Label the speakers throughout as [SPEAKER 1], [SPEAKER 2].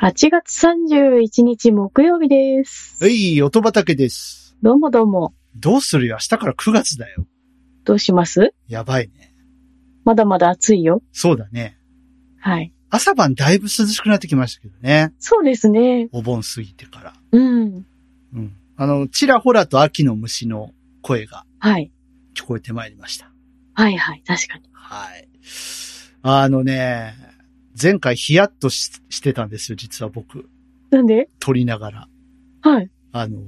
[SPEAKER 1] 8月31日木曜日です。
[SPEAKER 2] えい、音畑です。
[SPEAKER 1] どうもどうも。
[SPEAKER 2] どうするよ明日から9月だよ。
[SPEAKER 1] どうします
[SPEAKER 2] やばいね。
[SPEAKER 1] まだまだ暑いよ。
[SPEAKER 2] そうだね。
[SPEAKER 1] はい。
[SPEAKER 2] 朝晩だいぶ涼しくなってきましたけどね。
[SPEAKER 1] そうですね。
[SPEAKER 2] お盆過ぎてから。
[SPEAKER 1] うん。
[SPEAKER 2] うん。あの、ちらほらと秋の虫の声が
[SPEAKER 1] はい。
[SPEAKER 2] 聞こえてまいりました。
[SPEAKER 1] はいはい。確かに。
[SPEAKER 2] はい。あのね、前回ヒヤッとししてたんですよ、実は僕。
[SPEAKER 1] なんで
[SPEAKER 2] 撮りながら。
[SPEAKER 1] はい。
[SPEAKER 2] あの、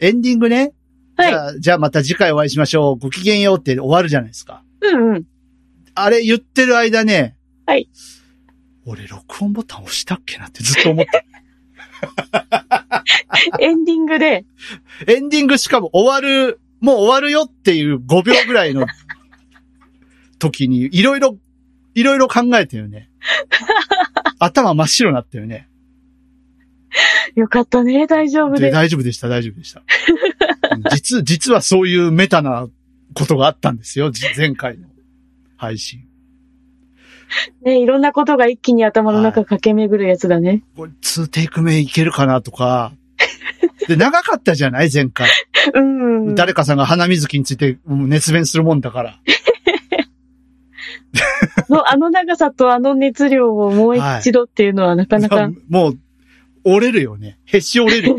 [SPEAKER 2] エンディングね。じ
[SPEAKER 1] はい。
[SPEAKER 2] ゃあ、じゃあまた次回お会いしましょう。ごきげんようって終わるじゃないですか。
[SPEAKER 1] うんうん。
[SPEAKER 2] あれ言ってる間ね。
[SPEAKER 1] はい。
[SPEAKER 2] 俺、録音ボタン押したっけなってずっと思った。
[SPEAKER 1] エンディングで、
[SPEAKER 2] エンディングしかも終わる、もう終わるよっていう5秒ぐらいの 時に、いろいろ、いろいろ考えた よね。頭真っ白になったよね。
[SPEAKER 1] よかったね。大丈夫
[SPEAKER 2] で、
[SPEAKER 1] で。
[SPEAKER 2] 大丈夫でした、大丈夫でした。 うん実、実はそういうメタなことがあったんですよ、じ前回の配信。
[SPEAKER 1] ね、いろんなことが一気に頭の中駆け巡るやつだね。
[SPEAKER 2] これ、2テイク目いけるかな とか。で、長かったじゃない前回。
[SPEAKER 1] うん。
[SPEAKER 2] 誰かさんが花水木についてうん熱弁するもんだから。
[SPEAKER 1] のあの長さとあの熱量をもう一度っていうのはなかなか。
[SPEAKER 2] もう、折れるよね。へし折れる よ。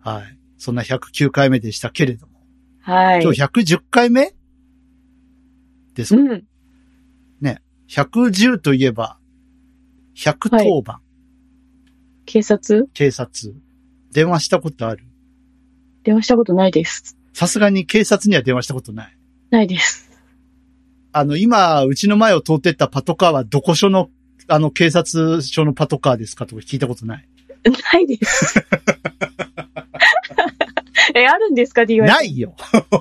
[SPEAKER 2] はい。そんな109回目でしたけれども。
[SPEAKER 1] はい。
[SPEAKER 2] 今日110回目ですか、
[SPEAKER 1] うん。
[SPEAKER 2] ?110 といえば、110番、
[SPEAKER 1] 警察
[SPEAKER 2] 警察。電話したことある
[SPEAKER 1] 電話したことないです。
[SPEAKER 2] さすがに警察には電話したことない。
[SPEAKER 1] ないです。
[SPEAKER 2] あの、今、うちの前を通ってったパトカーはどこ所の、あの、警察署のパトカーですかとか聞いたことない。
[SPEAKER 1] ないです。 え、あるんですか ?DY
[SPEAKER 2] な
[SPEAKER 1] さん。
[SPEAKER 2] いよ。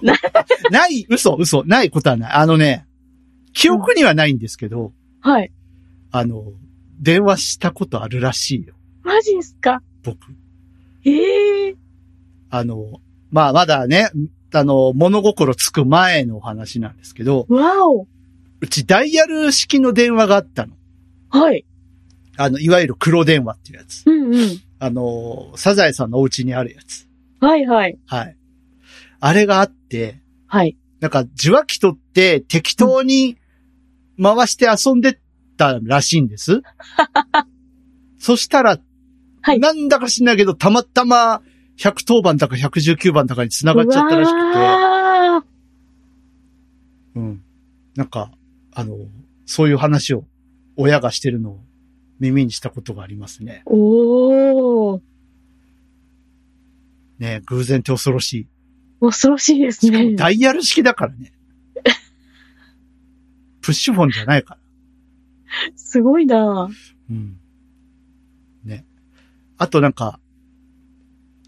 [SPEAKER 2] ない、嘘、嘘、ないことはない。あのね、記憶にはないんですけど、
[SPEAKER 1] はい。
[SPEAKER 2] あの、電話したことあるらしいよ、
[SPEAKER 1] マジですか
[SPEAKER 2] 僕。
[SPEAKER 1] ええ
[SPEAKER 2] あの、まあ、まだね、あの、物心つく前のお話なんですけど、
[SPEAKER 1] わお。
[SPEAKER 2] うちダイヤル式の電話があったの。
[SPEAKER 1] はい。
[SPEAKER 2] あの、いわゆる黒電話っていうやつ。
[SPEAKER 1] うんうん。
[SPEAKER 2] あの、サザエさんのお家にあるやつ。
[SPEAKER 1] はいはい。
[SPEAKER 2] はい。あれがあって、
[SPEAKER 1] はい。
[SPEAKER 2] なんか受話器取って適当に回して遊んでたらしい んです。そしたら、
[SPEAKER 1] はい
[SPEAKER 2] なんだか知んないけど、たまたま110番だか119番だかに繋がっちゃったらしく
[SPEAKER 1] わー
[SPEAKER 2] て、うん。なんか、あの、そういう話を親がしてるのを耳にしたことがありますね。
[SPEAKER 1] おー。
[SPEAKER 2] ね偶然って恐ろしい。
[SPEAKER 1] 恐ろしいです
[SPEAKER 2] しかも
[SPEAKER 1] ね。
[SPEAKER 2] ダイヤル式だか らね。プッシュフォンじゃないから。
[SPEAKER 1] すごいな
[SPEAKER 2] うん。ね。あとなんか、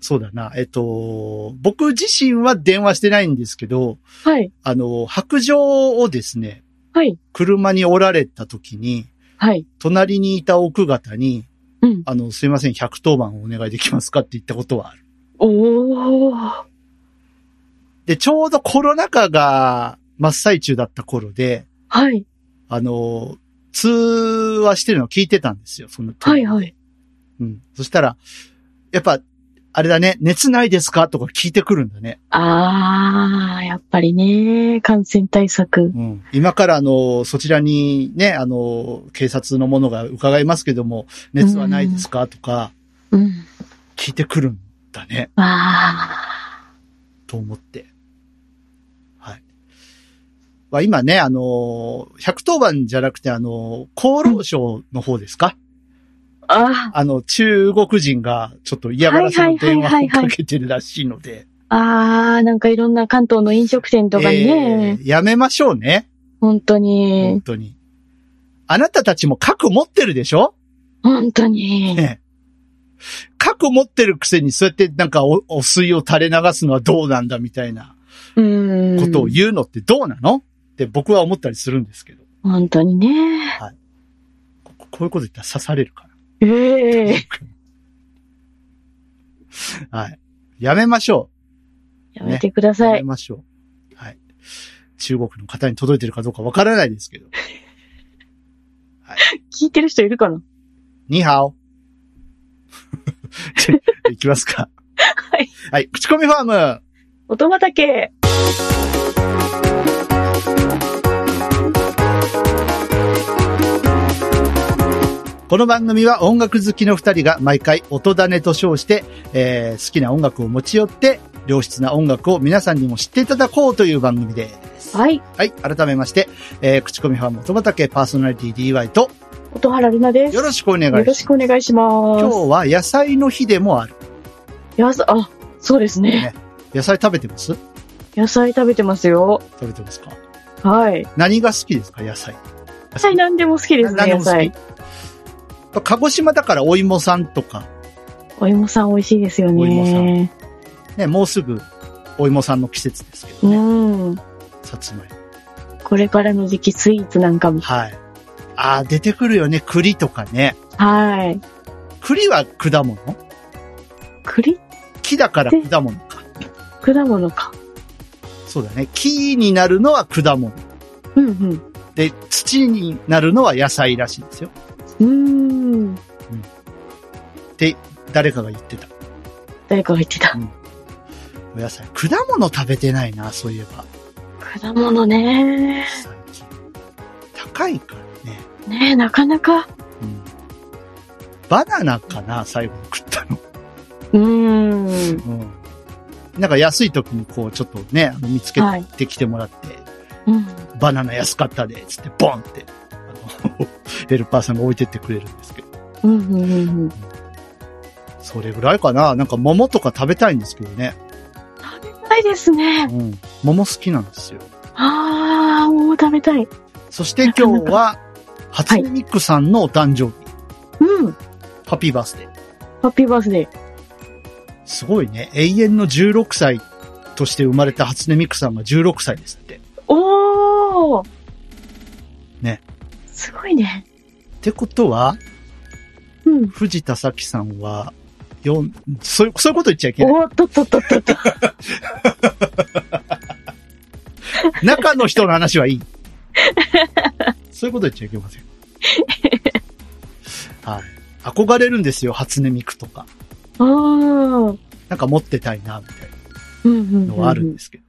[SPEAKER 2] そうだな、えっと、僕自身は電話してないんですけど、
[SPEAKER 1] はい。
[SPEAKER 2] あの、白状をですね、
[SPEAKER 1] はい。
[SPEAKER 2] 車におられた時に、
[SPEAKER 1] はい。
[SPEAKER 2] 隣にいた奥方に、
[SPEAKER 1] うん。
[SPEAKER 2] あの、すいません、110番お願いできますかって言ったことはある。
[SPEAKER 1] おー。
[SPEAKER 2] で、ちょうどコロナ禍が真っ最中だった頃で、
[SPEAKER 1] はい。
[SPEAKER 2] あの、通話してるのを聞いてたんですよ、その時
[SPEAKER 1] はいはい。
[SPEAKER 2] うん。そしたら、やっぱ、あれだね、熱ないですかとか聞いてくるんだね。
[SPEAKER 1] あー、やっぱりね、感染対策。
[SPEAKER 2] うん。今から、あの、そちらにね、あの、警察の者が伺いますけども、熱はないですかとか、
[SPEAKER 1] うん。
[SPEAKER 2] 聞いてくるんだね、
[SPEAKER 1] あ
[SPEAKER 2] と思って。はい。まあ、今ね、あの、110番じゃなくて、あの、厚労省の方ですか、
[SPEAKER 1] ー。あー。
[SPEAKER 2] あの、中国人がちょっと嫌がらせの電
[SPEAKER 1] はい
[SPEAKER 2] 話
[SPEAKER 1] はいはいはい
[SPEAKER 2] を
[SPEAKER 1] はい
[SPEAKER 2] かけてるらしいので。
[SPEAKER 1] あー、なんかいろんな関東の飲食店とかにね、
[SPEAKER 2] えーやめましょうね。
[SPEAKER 1] 本当
[SPEAKER 2] 本
[SPEAKER 1] に、
[SPEAKER 2] 当に。あなたたちも核持ってるでしょ
[SPEAKER 1] 本当に、
[SPEAKER 2] ねえ核持ってるくせにそうやってなんかおお水を垂れ流すのはどうなんだみたいな
[SPEAKER 1] うん。
[SPEAKER 2] ことを言うのってどうなの、って僕は思ったりするんですけど。
[SPEAKER 1] 本当にね。
[SPEAKER 2] ここういうこと言ったら刺されるか
[SPEAKER 1] ええ
[SPEAKER 2] な。 はい。やめましょ
[SPEAKER 1] やめてくだ
[SPEAKER 2] う。や
[SPEAKER 1] さ
[SPEAKER 2] め
[SPEAKER 1] い。
[SPEAKER 2] ましょう。はい。中国の方に届いてるかどうかわからないですけど。
[SPEAKER 1] 聞いてる人いるかな
[SPEAKER 2] ニーハ オ。 じゃあいきますか。
[SPEAKER 1] はい。
[SPEAKER 2] はい。口コミファーム。
[SPEAKER 1] 音畑。
[SPEAKER 2] この番組は音楽好きの二人が毎回音種と称して、えー好きな音楽を持ち寄って、良質な音楽を皆さんにも知っていただこうという番組です。
[SPEAKER 1] はい。
[SPEAKER 2] はい。改めまして、えー口コミファーム音畑パーソナリティ DY と、
[SPEAKER 1] 音原ルナです。
[SPEAKER 2] よろしくお願いします。
[SPEAKER 1] よろしくお願いしま
[SPEAKER 2] 今
[SPEAKER 1] す。
[SPEAKER 2] 日は野菜の日でもある。
[SPEAKER 1] 野菜、あ、そうですね。
[SPEAKER 2] 野菜食べてます
[SPEAKER 1] 野菜食べてますよ。
[SPEAKER 2] 食べてますか
[SPEAKER 1] はい。
[SPEAKER 2] 何が好きですか野菜。
[SPEAKER 1] 野菜何でも好きですね、
[SPEAKER 2] 何で
[SPEAKER 1] 野
[SPEAKER 2] も好
[SPEAKER 1] 菜。
[SPEAKER 2] き鹿児島だからお芋さんとか、
[SPEAKER 1] お芋さん美味しいですよ
[SPEAKER 2] お芋さ
[SPEAKER 1] ね。
[SPEAKER 2] ね、もうすぐお芋さんの季節ですけどね。
[SPEAKER 1] うん。
[SPEAKER 2] さつまいも。
[SPEAKER 1] これからの時期スイーツなんかも。
[SPEAKER 2] はい。ああ、出てくるよね。栗とかね。
[SPEAKER 1] はい。
[SPEAKER 2] 栗は果物
[SPEAKER 1] 栗
[SPEAKER 2] 木だから果物か。
[SPEAKER 1] 果物か。
[SPEAKER 2] そうだね。木になるのは果物。
[SPEAKER 1] うんうん。
[SPEAKER 2] で、土になるのは野菜らしいんですよ。
[SPEAKER 1] うーん。
[SPEAKER 2] って、誰かが言ってた。
[SPEAKER 1] 誰かが言ってた。
[SPEAKER 2] お野菜。果物食べてないな、そういえば。
[SPEAKER 1] 果物ね。
[SPEAKER 2] 最近。高いからね。
[SPEAKER 1] ねえ、なかなか。
[SPEAKER 2] うん。バナナかな、最後に食ったの。
[SPEAKER 1] うーん。
[SPEAKER 2] うん。なんか安い時にこう、ちょっとね、あの見つけ
[SPEAKER 1] はい。
[SPEAKER 2] てきてもらって、
[SPEAKER 1] うん。
[SPEAKER 2] バナナ安かったで、つって、ボンって、あの、 ヘルパーさんが置いてってくれるんですけど、
[SPEAKER 1] うんうんうんうん。食
[SPEAKER 2] それぐらいかななんか桃とか食べたいんですけどね。
[SPEAKER 1] べたいですね。
[SPEAKER 2] うん。桃好きなんですよ。
[SPEAKER 1] ああ、もう食べたい。
[SPEAKER 2] そして今日は、初音ミックさんのお誕生日、
[SPEAKER 1] うん。
[SPEAKER 2] ハッピーバースデー。
[SPEAKER 1] ハッピーバースデー。
[SPEAKER 2] すごいね。永遠の16歳として生まれた初音ミクさんが16歳ですって。
[SPEAKER 1] おー
[SPEAKER 2] ね。
[SPEAKER 1] すごいね。
[SPEAKER 2] ってことは、
[SPEAKER 1] うん。
[SPEAKER 2] 藤田咲さんは、よんそういう、そういうこと言っちゃいけない。
[SPEAKER 1] おーっとっとっとっとっと。
[SPEAKER 2] 中の人の話はいい。そういうこと言っちゃいけません。はい。憧れるんですよ、初音ミクとか。
[SPEAKER 1] あー。
[SPEAKER 2] なんか持ってたいな、みたい
[SPEAKER 1] うんうんうんうん
[SPEAKER 2] なのはあるんですけど。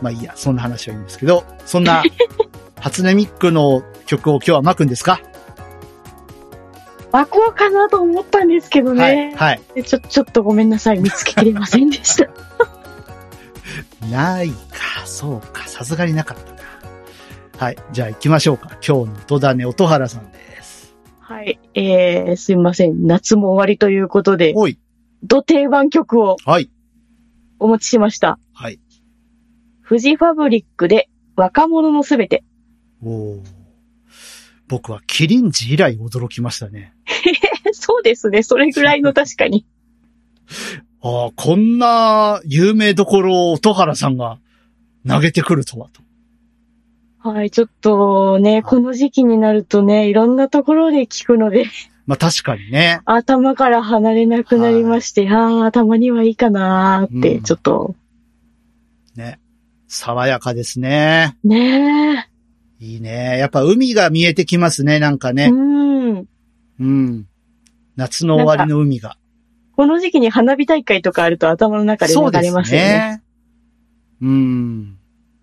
[SPEAKER 2] まあいいや、そんな話はいいんですけど、そんな初音ミクの曲を今日は巻くんですか
[SPEAKER 1] 巻こうかなと思ったんですけど
[SPEAKER 2] はい。
[SPEAKER 1] ね。
[SPEAKER 2] はい。
[SPEAKER 1] でちょ、ちょっとごめんなさい。見つけきれませんでした。
[SPEAKER 2] ないか、そうか、さすがになかったな。はい。じゃあ行きましょうか。今日の戸種音原さんです。
[SPEAKER 1] はい。えー、すいません。夏も終わりということで、
[SPEAKER 2] おい。
[SPEAKER 1] ど定番曲を
[SPEAKER 2] はい。
[SPEAKER 1] お持ちしました。
[SPEAKER 2] はい。
[SPEAKER 1] 富士ファブリックで若者のすべて。
[SPEAKER 2] おー僕はキリンジ以来驚きましたね。
[SPEAKER 1] えそうですね。それぐらいの確か に。
[SPEAKER 2] ああ、こんな有名どころを音原さんが投げてくるとはと。
[SPEAKER 1] はい。ちょっとね、この時期になるとね、いろんなところで聞くので、
[SPEAKER 2] まあ確かにね。
[SPEAKER 1] 頭から離れなくなりまして、ああ、たまにはいいかなーっ
[SPEAKER 2] う
[SPEAKER 1] て、
[SPEAKER 2] ん
[SPEAKER 1] ちょっと、
[SPEAKER 2] ね。爽やかですね。
[SPEAKER 1] ね
[SPEAKER 2] いいね。やっぱ海が見えてきますね、なんか
[SPEAKER 1] え。
[SPEAKER 2] ね
[SPEAKER 1] う。ん。
[SPEAKER 2] うん。夏の終わりの海が。
[SPEAKER 1] この時期に花火大会とかあると頭の中で
[SPEAKER 2] そう
[SPEAKER 1] 流
[SPEAKER 2] で
[SPEAKER 1] れ
[SPEAKER 2] す
[SPEAKER 1] ますよね。
[SPEAKER 2] ね。うん。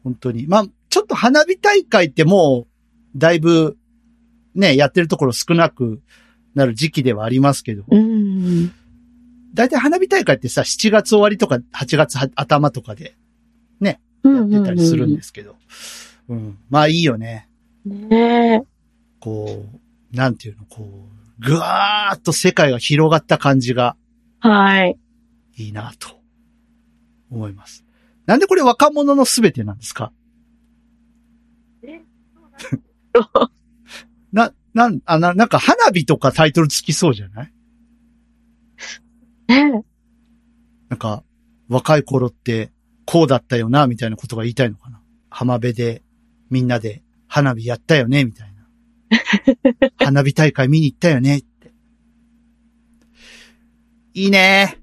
[SPEAKER 2] 本当に。まあ、ちょっと花火大会ってもう、だいぶ、ね、やってるところ少なくなる時期ではありますけど、
[SPEAKER 1] うん。
[SPEAKER 2] だいたい花火大会ってさ、7月終わりとか8月は頭とかで
[SPEAKER 1] う
[SPEAKER 2] やっ
[SPEAKER 1] ん。
[SPEAKER 2] てたりするんですすけど、うんまあいいよね。
[SPEAKER 1] ねえ。
[SPEAKER 2] こう、なんていうの、こう、ぐわーっと世界が広がった感じが
[SPEAKER 1] はい。
[SPEAKER 2] いいなと、思います。なんでこれ若者のすべてなんですか な、なん、あ、な、なんか花火とかタイトルつきそうじゃない
[SPEAKER 1] ね
[SPEAKER 2] なんか、若い頃ってこうだったよな、みたいなことが言いたいのかな。浜辺でみんなで花火やったよね、みたい な。花火大会見に行ったよね、って。いいね。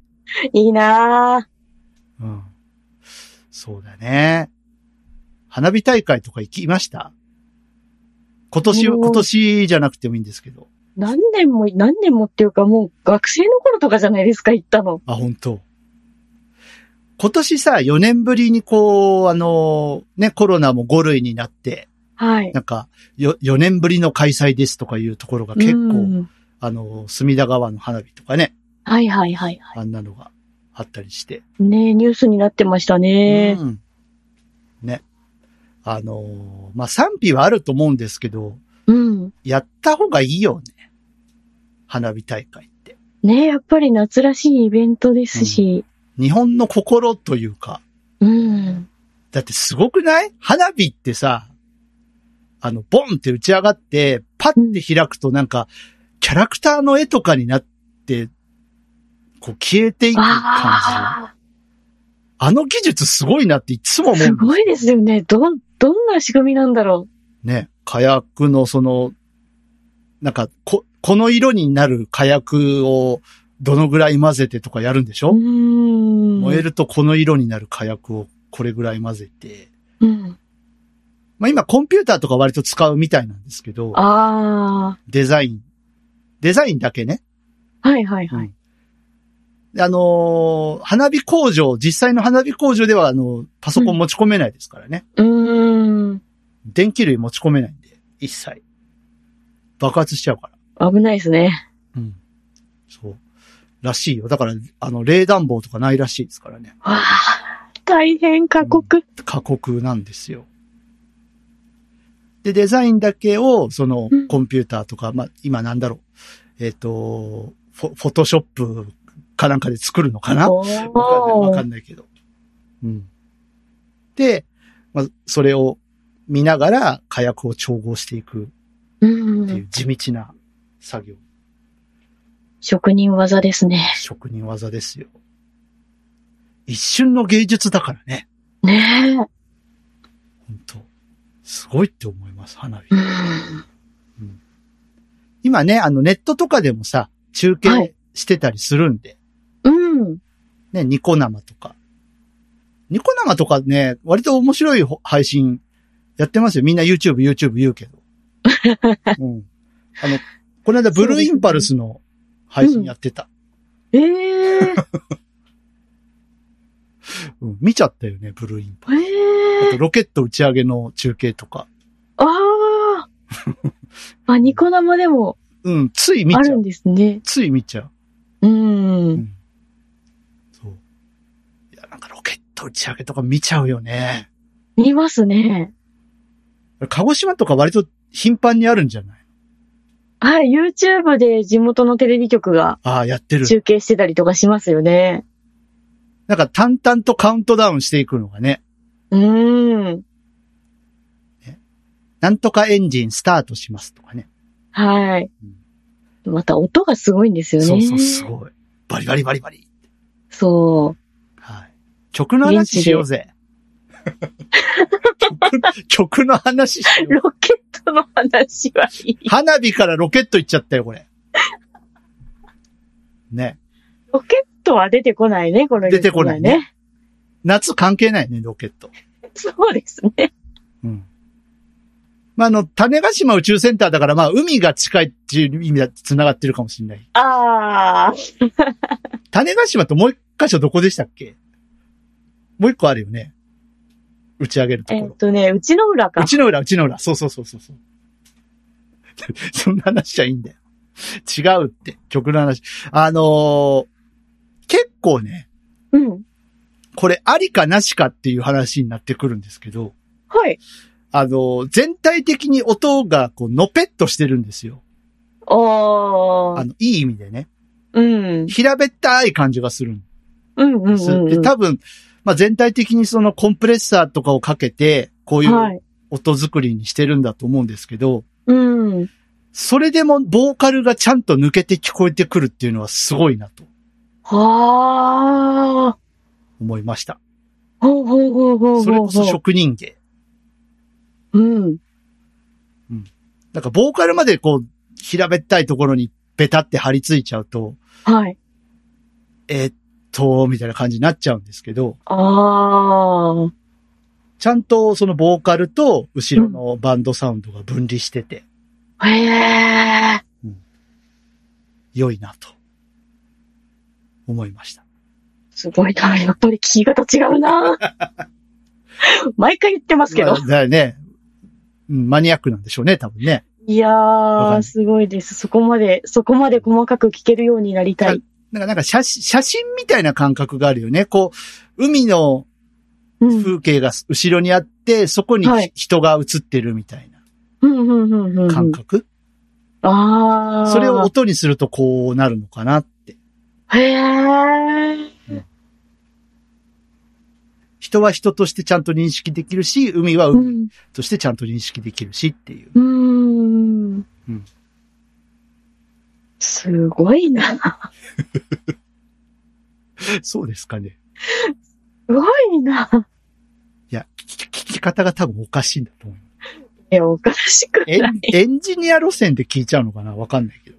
[SPEAKER 1] えいいなー
[SPEAKER 2] うん。そうだね。花火大会とか行きました今年、
[SPEAKER 1] おー
[SPEAKER 2] 今年じゃなくてもいいんですけど。
[SPEAKER 1] 何年も、何年もっていうかもう学生の頃とかじゃないですか、行ったの。
[SPEAKER 2] あ、本当今年さ、4年ぶりにこう、あの、ね、コロナも5類になって、
[SPEAKER 1] はい。
[SPEAKER 2] なんか、よ4年ぶりの開催ですとかいうところが結構、。あの、隅田川の花火とかね、
[SPEAKER 1] はいはいはいは
[SPEAKER 2] あんなのがあったりして。
[SPEAKER 1] い。ねえニュースになってましたね。
[SPEAKER 2] うん。ね。あのーまあ、賛否はあると思うんですけど、
[SPEAKER 1] うん。
[SPEAKER 2] やった方がいいよね。花火大会って。
[SPEAKER 1] ねえやっぱり夏らしいイベントですし。
[SPEAKER 2] 日本の心というか、
[SPEAKER 1] うん。
[SPEAKER 2] だってすごくない花火ってさ、あの、ボンって打ち上がって、パッて開くとなんか、キャラクターの絵とかになって、こう消えていく感じ。
[SPEAKER 1] ああ、
[SPEAKER 2] あの技術すごいなっていつも思
[SPEAKER 1] す
[SPEAKER 2] う。
[SPEAKER 1] ごいですよね。ど、どんな仕組みなんだろ
[SPEAKER 2] ね、火薬のその、なんか、こ、この色になる火薬をどのぐらい混ぜてとかやるんでし
[SPEAKER 1] う。
[SPEAKER 2] ょ、
[SPEAKER 1] うーん。
[SPEAKER 2] 燃えるとこの色になる火薬をこれぐらい混ぜて。
[SPEAKER 1] うん。
[SPEAKER 2] まあ今コンピューターとか割と使うみたいなんですけど、
[SPEAKER 1] あ
[SPEAKER 2] デザイン。デザインだけね。
[SPEAKER 1] あ。はいはいはい。
[SPEAKER 2] あのー花火工場、実際の花火工場ではあの、パソコン持ち込めないですからね。
[SPEAKER 1] うーん。
[SPEAKER 2] 電気類持ち込めないんで、一切。爆発しちゃうから。
[SPEAKER 1] 危ないですね。
[SPEAKER 2] うん。そう。らしいよ。だから、あの、冷暖房とかないらしいですからね。
[SPEAKER 1] わあ、大変過酷。
[SPEAKER 2] 過酷なんですよ。で、デザインだけを、その
[SPEAKER 1] うん、
[SPEAKER 2] コンピューターとか、まあ、今なんだろう。えっ、と、フォ、フォトショップかなんかで作るのかな
[SPEAKER 1] お
[SPEAKER 2] わかんない、わか
[SPEAKER 1] ー
[SPEAKER 2] んないけど。うん。で、まあ、それを見ながら火薬を調合していく
[SPEAKER 1] う
[SPEAKER 2] ってい
[SPEAKER 1] ん。
[SPEAKER 2] う地道な作業、
[SPEAKER 1] 職人技ですね。
[SPEAKER 2] 職人技ですよ。一瞬の芸術だからね。
[SPEAKER 1] ねえ。
[SPEAKER 2] 本当すごいって思います、花火
[SPEAKER 1] う。ん
[SPEAKER 2] 今ね、あのネットとかでもさ、中
[SPEAKER 1] はい
[SPEAKER 2] 継してたりするんで、
[SPEAKER 1] うん。
[SPEAKER 2] ね、ニコ生とか。ニコ生とかね、割と面白いほ配信やってますよ。みんな YouTube、YouTube 言 うけど。うん。あの、この間ブルーインパルスの配信やってた。
[SPEAKER 1] ええ
[SPEAKER 2] うん、見ちゃったよね、ブルーインパルス。あ
[SPEAKER 1] ええ
[SPEAKER 2] とロケット打ち上げの中継とか。
[SPEAKER 1] ああ。 あ、ニコ生でも
[SPEAKER 2] うん、つい見
[SPEAKER 1] あ
[SPEAKER 2] ちゃ
[SPEAKER 1] る
[SPEAKER 2] う。
[SPEAKER 1] んですね。
[SPEAKER 2] つい見ちゃう。
[SPEAKER 1] う。
[SPEAKER 2] うんん。そう。いや、なんかロケット打ち上げとか見ちゃうよね。
[SPEAKER 1] 見ますね。
[SPEAKER 2] 鹿児島とか割と頻繁にあるんじゃない
[SPEAKER 1] はい、YouTube で地元のテレビ局が
[SPEAKER 2] ああ、やってる。
[SPEAKER 1] 中継してたりとかしますよね。
[SPEAKER 2] なんか淡々とカウントダウンしていくのがね、
[SPEAKER 1] うん。
[SPEAKER 2] なんとかエンジンスタートしますとかね。
[SPEAKER 1] はい。また音がすごいんですよね。
[SPEAKER 2] そうそう、すごい。バリバリバリバリ。
[SPEAKER 1] そう。
[SPEAKER 2] はい。曲の話しようぜ。曲曲の話しよ。。
[SPEAKER 1] ロケットの話はいいう
[SPEAKER 2] 花火からロケット行っちゃったよ、これ。ね。
[SPEAKER 1] ロケットは出てこないね、この
[SPEAKER 2] 出てこないね。夏関係ないね、ロケット。
[SPEAKER 1] そうですね。
[SPEAKER 2] うん。まあ、あの、種子島宇宙センターだから、まあ、海が近いっていう意味では繋がってるかもしれない。
[SPEAKER 1] ああ、
[SPEAKER 2] 種子島ともう一箇所どこでしたっけもう一個あるよね。打ち上げると
[SPEAKER 1] え
[SPEAKER 2] こ
[SPEAKER 1] っ
[SPEAKER 2] ろ。
[SPEAKER 1] とね、うちの裏か
[SPEAKER 2] う。ちの裏、うちの裏。そうそうそうそう そう。そんな話じゃいいんだよ。違うって、曲の話。あのー結構ね、
[SPEAKER 1] うん。
[SPEAKER 2] これありかなしかっていう話になってくるんですけど、
[SPEAKER 1] はい。
[SPEAKER 2] あのー全体的に音がこう、のぺっとしてるんですよ。
[SPEAKER 1] お
[SPEAKER 2] あ
[SPEAKER 1] ー。
[SPEAKER 2] の、いい意味でね。
[SPEAKER 1] うん。
[SPEAKER 2] 平べったい感じがするん
[SPEAKER 1] うんうんう
[SPEAKER 2] です。
[SPEAKER 1] んう
[SPEAKER 2] で、
[SPEAKER 1] ん。
[SPEAKER 2] 多分、まあ、全体的にそのコンプレッサーとかをかけて、こういう
[SPEAKER 1] はい。
[SPEAKER 2] 音作りにしてるんだと思うんですけど、
[SPEAKER 1] うん。
[SPEAKER 2] それでもボーカルがちゃんと抜けて聞こえてくるっていうのはすごいなと
[SPEAKER 1] はあ。
[SPEAKER 2] 思いました。
[SPEAKER 1] ほうほうほうほう
[SPEAKER 2] それ
[SPEAKER 1] ほう
[SPEAKER 2] こそ
[SPEAKER 1] ほ
[SPEAKER 2] 職人芸。
[SPEAKER 1] う。うん。
[SPEAKER 2] なんかボーカルまでこう、平べったいところにベタって張り付いちゃうと、
[SPEAKER 1] はい。
[SPEAKER 2] えーっと、みたいな感じになっちゃうんですけど、
[SPEAKER 1] ああ。
[SPEAKER 2] ちゃんとそのボーカルと後ろのバンドサウンドが分離してて、
[SPEAKER 1] へえ。
[SPEAKER 2] 良いなと、思いました。
[SPEAKER 1] すごいな。やっぱり聞き方違う な。毎回言ってますけど
[SPEAKER 2] まあ。だよね。うんマニアックなんでしょうね、多分ね。
[SPEAKER 1] いや
[SPEAKER 2] かんな
[SPEAKER 1] ー、
[SPEAKER 2] い
[SPEAKER 1] すごいです。そこまで、そこまで細かく聞けるようになりたい。
[SPEAKER 2] なんか、なんか写真、写真みたいな感覚があるよね。こう、海の
[SPEAKER 1] うん。
[SPEAKER 2] 風景が後ろにあって、そこに
[SPEAKER 1] はい
[SPEAKER 2] 人が映ってるみたい
[SPEAKER 1] うん、うん、うん、うん
[SPEAKER 2] な
[SPEAKER 1] う
[SPEAKER 2] 感
[SPEAKER 1] ん。
[SPEAKER 2] 覚。
[SPEAKER 1] あー。
[SPEAKER 2] それを音にするとこうなるのかなって。
[SPEAKER 1] へー。
[SPEAKER 2] 人は人としてちゃんと認識できるし、海は
[SPEAKER 1] う
[SPEAKER 2] 海
[SPEAKER 1] ん。
[SPEAKER 2] としてちゃんと認識できるしっていう。
[SPEAKER 1] うーん
[SPEAKER 2] うん。
[SPEAKER 1] すごいな。す
[SPEAKER 2] そうですかね。
[SPEAKER 1] ごいな。
[SPEAKER 2] いや、聞き聞き方が多分おかしいんだ と思う。
[SPEAKER 1] いや、おかしく
[SPEAKER 2] エ
[SPEAKER 1] ない
[SPEAKER 2] ン。エンジニア路線で聞いちゃうのかなわかんないけど。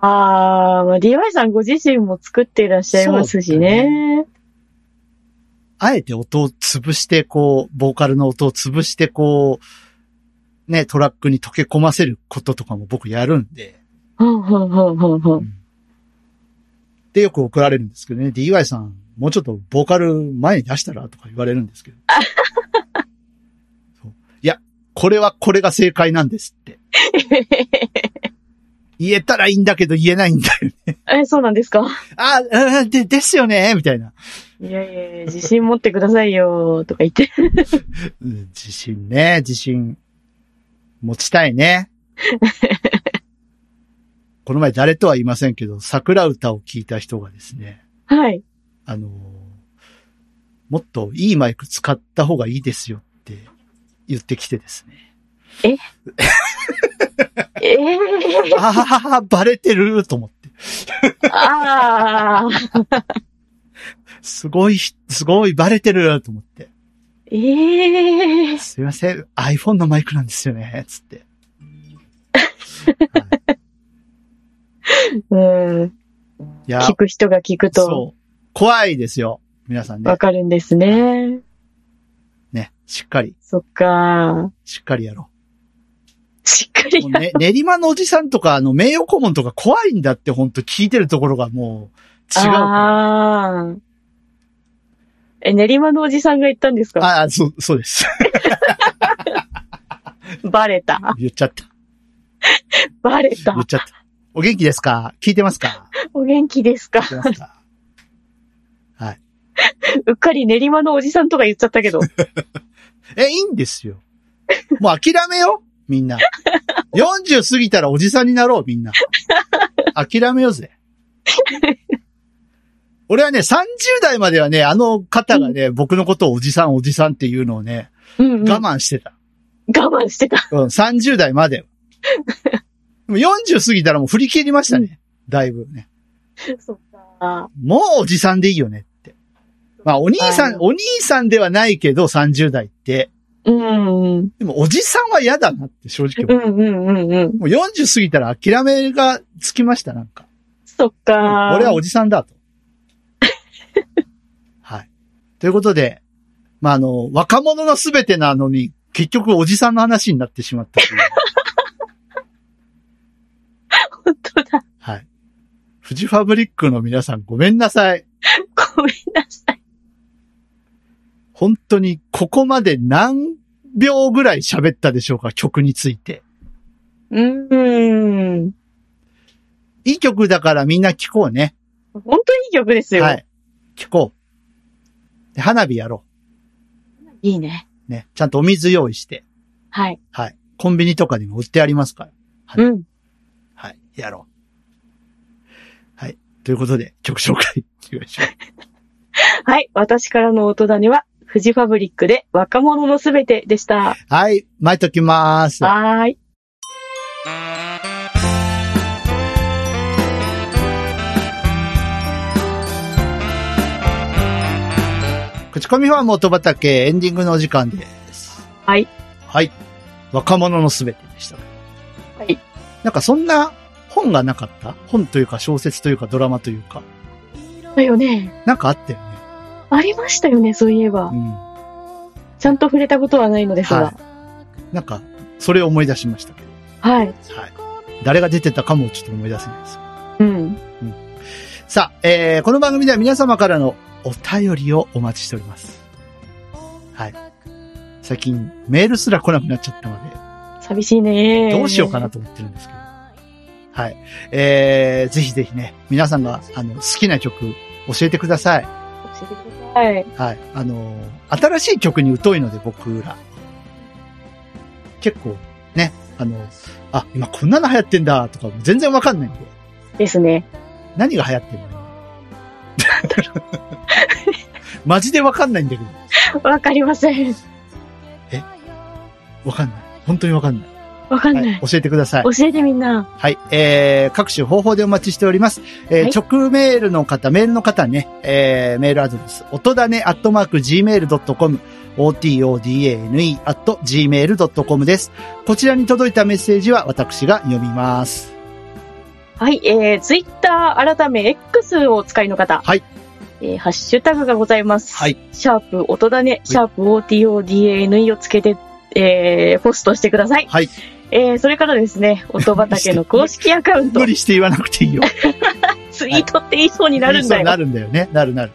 [SPEAKER 1] あー、まあ、DY さんご自身も作っていらっしゃいますしね。
[SPEAKER 2] あえて音を潰して、こう、ボーカルの音を潰して、こう、ね、トラックに溶け込ませることとかも僕やるんで、
[SPEAKER 1] ほんほんほんほんほん。
[SPEAKER 2] で、よく怒られるんですけどね、DY さん、もうちょっとボーカル前に出したらとか言われるんですけど。そういや、これはこれが正解なんですって。言えたらいいんだけど言えないんだよ。
[SPEAKER 1] え、そうなんですか
[SPEAKER 2] あ、うんで、ですよねみたいな。
[SPEAKER 1] いやいやいや、自信持ってくださいよ、とか言って。
[SPEAKER 2] うん自信ね、自信持ちたいね。この前誰とは言いませんけど、桜歌を聞いた人がですね、
[SPEAKER 1] はい。
[SPEAKER 2] あのーもっといいマイク使った方がいいですよって言ってきてですね。
[SPEAKER 1] ええー、
[SPEAKER 2] あははは、バレてると思って。
[SPEAKER 1] ああ、
[SPEAKER 2] すごい、すごい、バレてると思って。
[SPEAKER 1] ええー、
[SPEAKER 2] すいません、iPhone のマイクなんですよね、つって。はい
[SPEAKER 1] うん。
[SPEAKER 2] いや、
[SPEAKER 1] 聞く人が聞くと、
[SPEAKER 2] そう。怖いですよ。皆さんね
[SPEAKER 1] わ。かるんですね。
[SPEAKER 2] ね。しっかり、
[SPEAKER 1] そっか。
[SPEAKER 2] しっかりやろ
[SPEAKER 1] しっか
[SPEAKER 2] う。
[SPEAKER 1] り
[SPEAKER 2] もうね、練馬のおじさんとか、あの、名誉顧問とか怖いんだって、本当聞いてるところがもう、違うから。
[SPEAKER 1] ああ。え、練馬のおじさんが言ったんですか
[SPEAKER 2] ああ、そう、そうです。
[SPEAKER 1] バレた。
[SPEAKER 2] 言っちゃった。
[SPEAKER 1] バレた
[SPEAKER 2] 言っ。ちゃった。お元気ですか聞いてますか
[SPEAKER 1] お元気ですか
[SPEAKER 2] 聞いてますかはい。
[SPEAKER 1] うっかり練馬のおじさんとか言っちゃったけ ど。
[SPEAKER 2] え、いいんですよ。もう諦めようみんな。40過ぎたらおじさんになろう、みんな。諦めようぜ。俺はね、30代まではね、あの方がね、僕のことをおじさん、おじさんっていうのをね、
[SPEAKER 1] うん、うん。
[SPEAKER 2] 我慢してた。
[SPEAKER 1] 我慢してた。
[SPEAKER 2] うん、30代までは。でも40過ぎたらもう振り切りましたね。だいぶね。
[SPEAKER 1] そっか。
[SPEAKER 2] もうおじさんでいいよねって。まあ、お兄さん
[SPEAKER 1] あ、ー
[SPEAKER 2] お兄さんではないけど、30代って。
[SPEAKER 1] うん。うん
[SPEAKER 2] でも、おじさんは嫌だなって、正直
[SPEAKER 1] う
[SPEAKER 2] 思う。
[SPEAKER 1] んうんうん。
[SPEAKER 2] もう40過ぎたら諦めがつきました、なんか。
[SPEAKER 1] そっか。
[SPEAKER 2] 俺はおじさん だと。はい。ということで、まあ、あの、若者のすべてなのに、結局おじさんの話になってしまったと いう。
[SPEAKER 1] 本当だ。
[SPEAKER 2] はい。フジファブリックの皆さんごめんなさい。
[SPEAKER 1] ごめんなさい。
[SPEAKER 2] 本当にここまで何秒ぐらい喋ったでしょうか、曲について。
[SPEAKER 1] うーん。
[SPEAKER 2] いい曲だからみんな聴こうね。
[SPEAKER 1] 本当にいい曲ですよ。
[SPEAKER 2] はい。聴こう。で花火やろ
[SPEAKER 1] いいね。
[SPEAKER 2] う。ね。ちゃんとお水用意して。
[SPEAKER 1] はい。
[SPEAKER 2] はい。コンビニとかにも売ってありますから。
[SPEAKER 1] うん。
[SPEAKER 2] はい。やろう。はい。ということで、曲紹介、お願いし ます
[SPEAKER 1] はい。私からの音種は、フジファブリックで若者のすべてでした。
[SPEAKER 2] はい。巻いときます。
[SPEAKER 1] はーい。
[SPEAKER 2] 口コミファン元畑、エンディングのお時間です。
[SPEAKER 1] はい。
[SPEAKER 2] はい。若者のすべてでした。
[SPEAKER 1] はい。
[SPEAKER 2] なんかそんな本がなかった本というか小説というかドラマというか。
[SPEAKER 1] だよね。
[SPEAKER 2] なんかあったよね。
[SPEAKER 1] ありましたよね、そういえば。
[SPEAKER 2] うん。
[SPEAKER 1] ちゃんと触れたことはないのですが。
[SPEAKER 2] い。なんか、それを思い出しましたけ
[SPEAKER 1] はい。
[SPEAKER 2] ど。はい。誰が出てたかもちょっと思い出せないです。
[SPEAKER 1] うん。
[SPEAKER 2] さあ、えー、この番組では皆様からのお便りをお待ちしております。はい。最近、メールすら来なくなっちゃったので、
[SPEAKER 1] 寂しいね。
[SPEAKER 2] どうしようかな。と思ってるんですけど。はい。えー、ぜひぜひね、皆さんが、あの、好きな曲、教えてください。
[SPEAKER 1] 教えてください。
[SPEAKER 2] はい。あのー新しい曲に疎いので、僕ら。結構、ね、あのあ、今こんなの流行ってんだ、とか、全然わかんないんで。
[SPEAKER 1] ですね。
[SPEAKER 2] 何が流行ってんのマジでわかんないんだけど。
[SPEAKER 1] わかりません。
[SPEAKER 2] わかんない。本当にわかんない。
[SPEAKER 1] わかんない。
[SPEAKER 2] はい、教えてください。
[SPEAKER 1] 教えてみんな。
[SPEAKER 2] はい。えー、各種方法でお待ちしております。えー
[SPEAKER 1] はい
[SPEAKER 2] 直メールの方、メールの方ね、えー、メールアドレス、音だね、アットマーク、gmail.com、otodane、アット、gmail.com です。こちらに届いたメッセージは私が読みます。
[SPEAKER 1] はい、えー、ツイッター改め X をお使いの方。
[SPEAKER 2] はい。
[SPEAKER 1] えー、ハッシュタグがございます。
[SPEAKER 2] はい。
[SPEAKER 1] シャープ、音だね、シャープ、OTODANE をつけて、えー、ポストしてください。
[SPEAKER 2] はい。
[SPEAKER 1] えー、それからですね、音畑の公式アカウント
[SPEAKER 2] 無、理して言わなくていいよ。
[SPEAKER 1] ツイートって言いそう になるんだ
[SPEAKER 2] そう
[SPEAKER 1] よ。
[SPEAKER 2] なるんだよね。なるなる。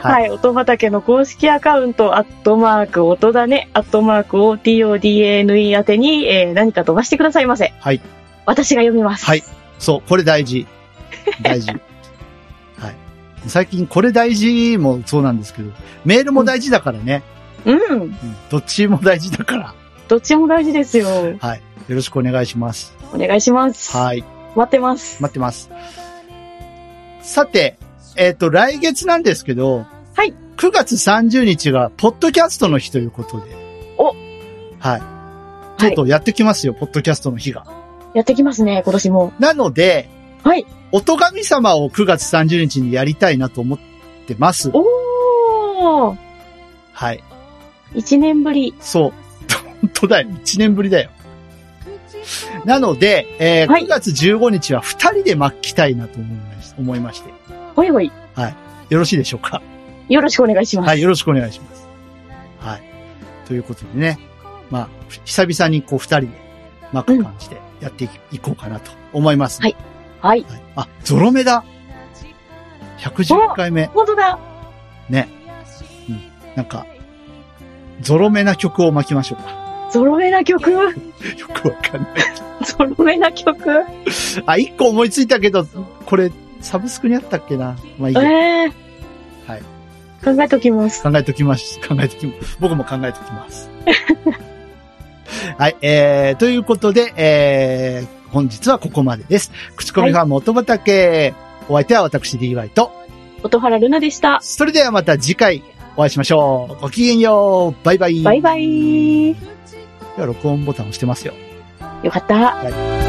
[SPEAKER 2] は
[SPEAKER 1] はいい、音畑の公式アカウント、アットマーク、音だね、アットマーク、OTODANE 宛てに、えー、何か飛ばしてくださいませ。
[SPEAKER 2] はい。
[SPEAKER 1] 私が読みます。
[SPEAKER 2] はい。そう、これ大事。大事。はい。最近、これ大事もそうなんですけど、メールも大事だからね。
[SPEAKER 1] うん。
[SPEAKER 2] うん、どっちも大事だから。
[SPEAKER 1] どっちも大事ですよ。
[SPEAKER 2] はい。よろしくお願いします。
[SPEAKER 1] お願いします。
[SPEAKER 2] はい。
[SPEAKER 1] 待ってます。
[SPEAKER 2] 待ってます。さて、えっ、と、来月なんですけど、
[SPEAKER 1] はい。
[SPEAKER 2] 9月30日が、ポッドキャストの日ということで。
[SPEAKER 1] お
[SPEAKER 2] はい。
[SPEAKER 1] は
[SPEAKER 2] と
[SPEAKER 1] いう
[SPEAKER 2] とうやってきますよ、ポッドキャストの日が。
[SPEAKER 1] やってきますね、今年も。
[SPEAKER 2] なので、
[SPEAKER 1] はい。
[SPEAKER 2] 音神様を9月30日にやりたいなと思ってます。
[SPEAKER 1] おー
[SPEAKER 2] はい。
[SPEAKER 1] 一年ぶり。
[SPEAKER 2] そう。本当だよ。1年ぶりだよ。なので、えー
[SPEAKER 1] はい
[SPEAKER 2] 9月15日は2人で巻きたいなと思いまし思いまして。
[SPEAKER 1] ほいほい。
[SPEAKER 2] よろしいでしょうか
[SPEAKER 1] よろしくお願いします。
[SPEAKER 2] はい、よろしくお願いします。はい。ということでね、まあ、ふ久々にこう二人で、まく感じでやってい,、こうかなと思います。
[SPEAKER 1] はいはい。
[SPEAKER 2] はい。あ、ゾロ目だ !110 回目。
[SPEAKER 1] 本当だ。
[SPEAKER 2] なんか、ゾロ目な曲を巻きましょうか。
[SPEAKER 1] ゾロ目な曲
[SPEAKER 2] よくわかんない。
[SPEAKER 1] ゾロ目な曲
[SPEAKER 2] あ、一個思いついたけど、これ、サブスクにあったっけなまあいい
[SPEAKER 1] え
[SPEAKER 2] や。
[SPEAKER 1] え
[SPEAKER 2] はい。
[SPEAKER 1] 考えときます。
[SPEAKER 2] 考えときます。 考えとき、僕も考えときます。 はい、えー、ということで、えー、本日はここまでです。口コミファーム音畑、お相手は私 DY と、
[SPEAKER 1] 音原ルナでした。
[SPEAKER 2] それではまた次回お会いしましょう。ごきげんよう。バイバイ。
[SPEAKER 1] バイバイ。
[SPEAKER 2] では録音ボタン押してますよ。
[SPEAKER 1] よかった。
[SPEAKER 2] はい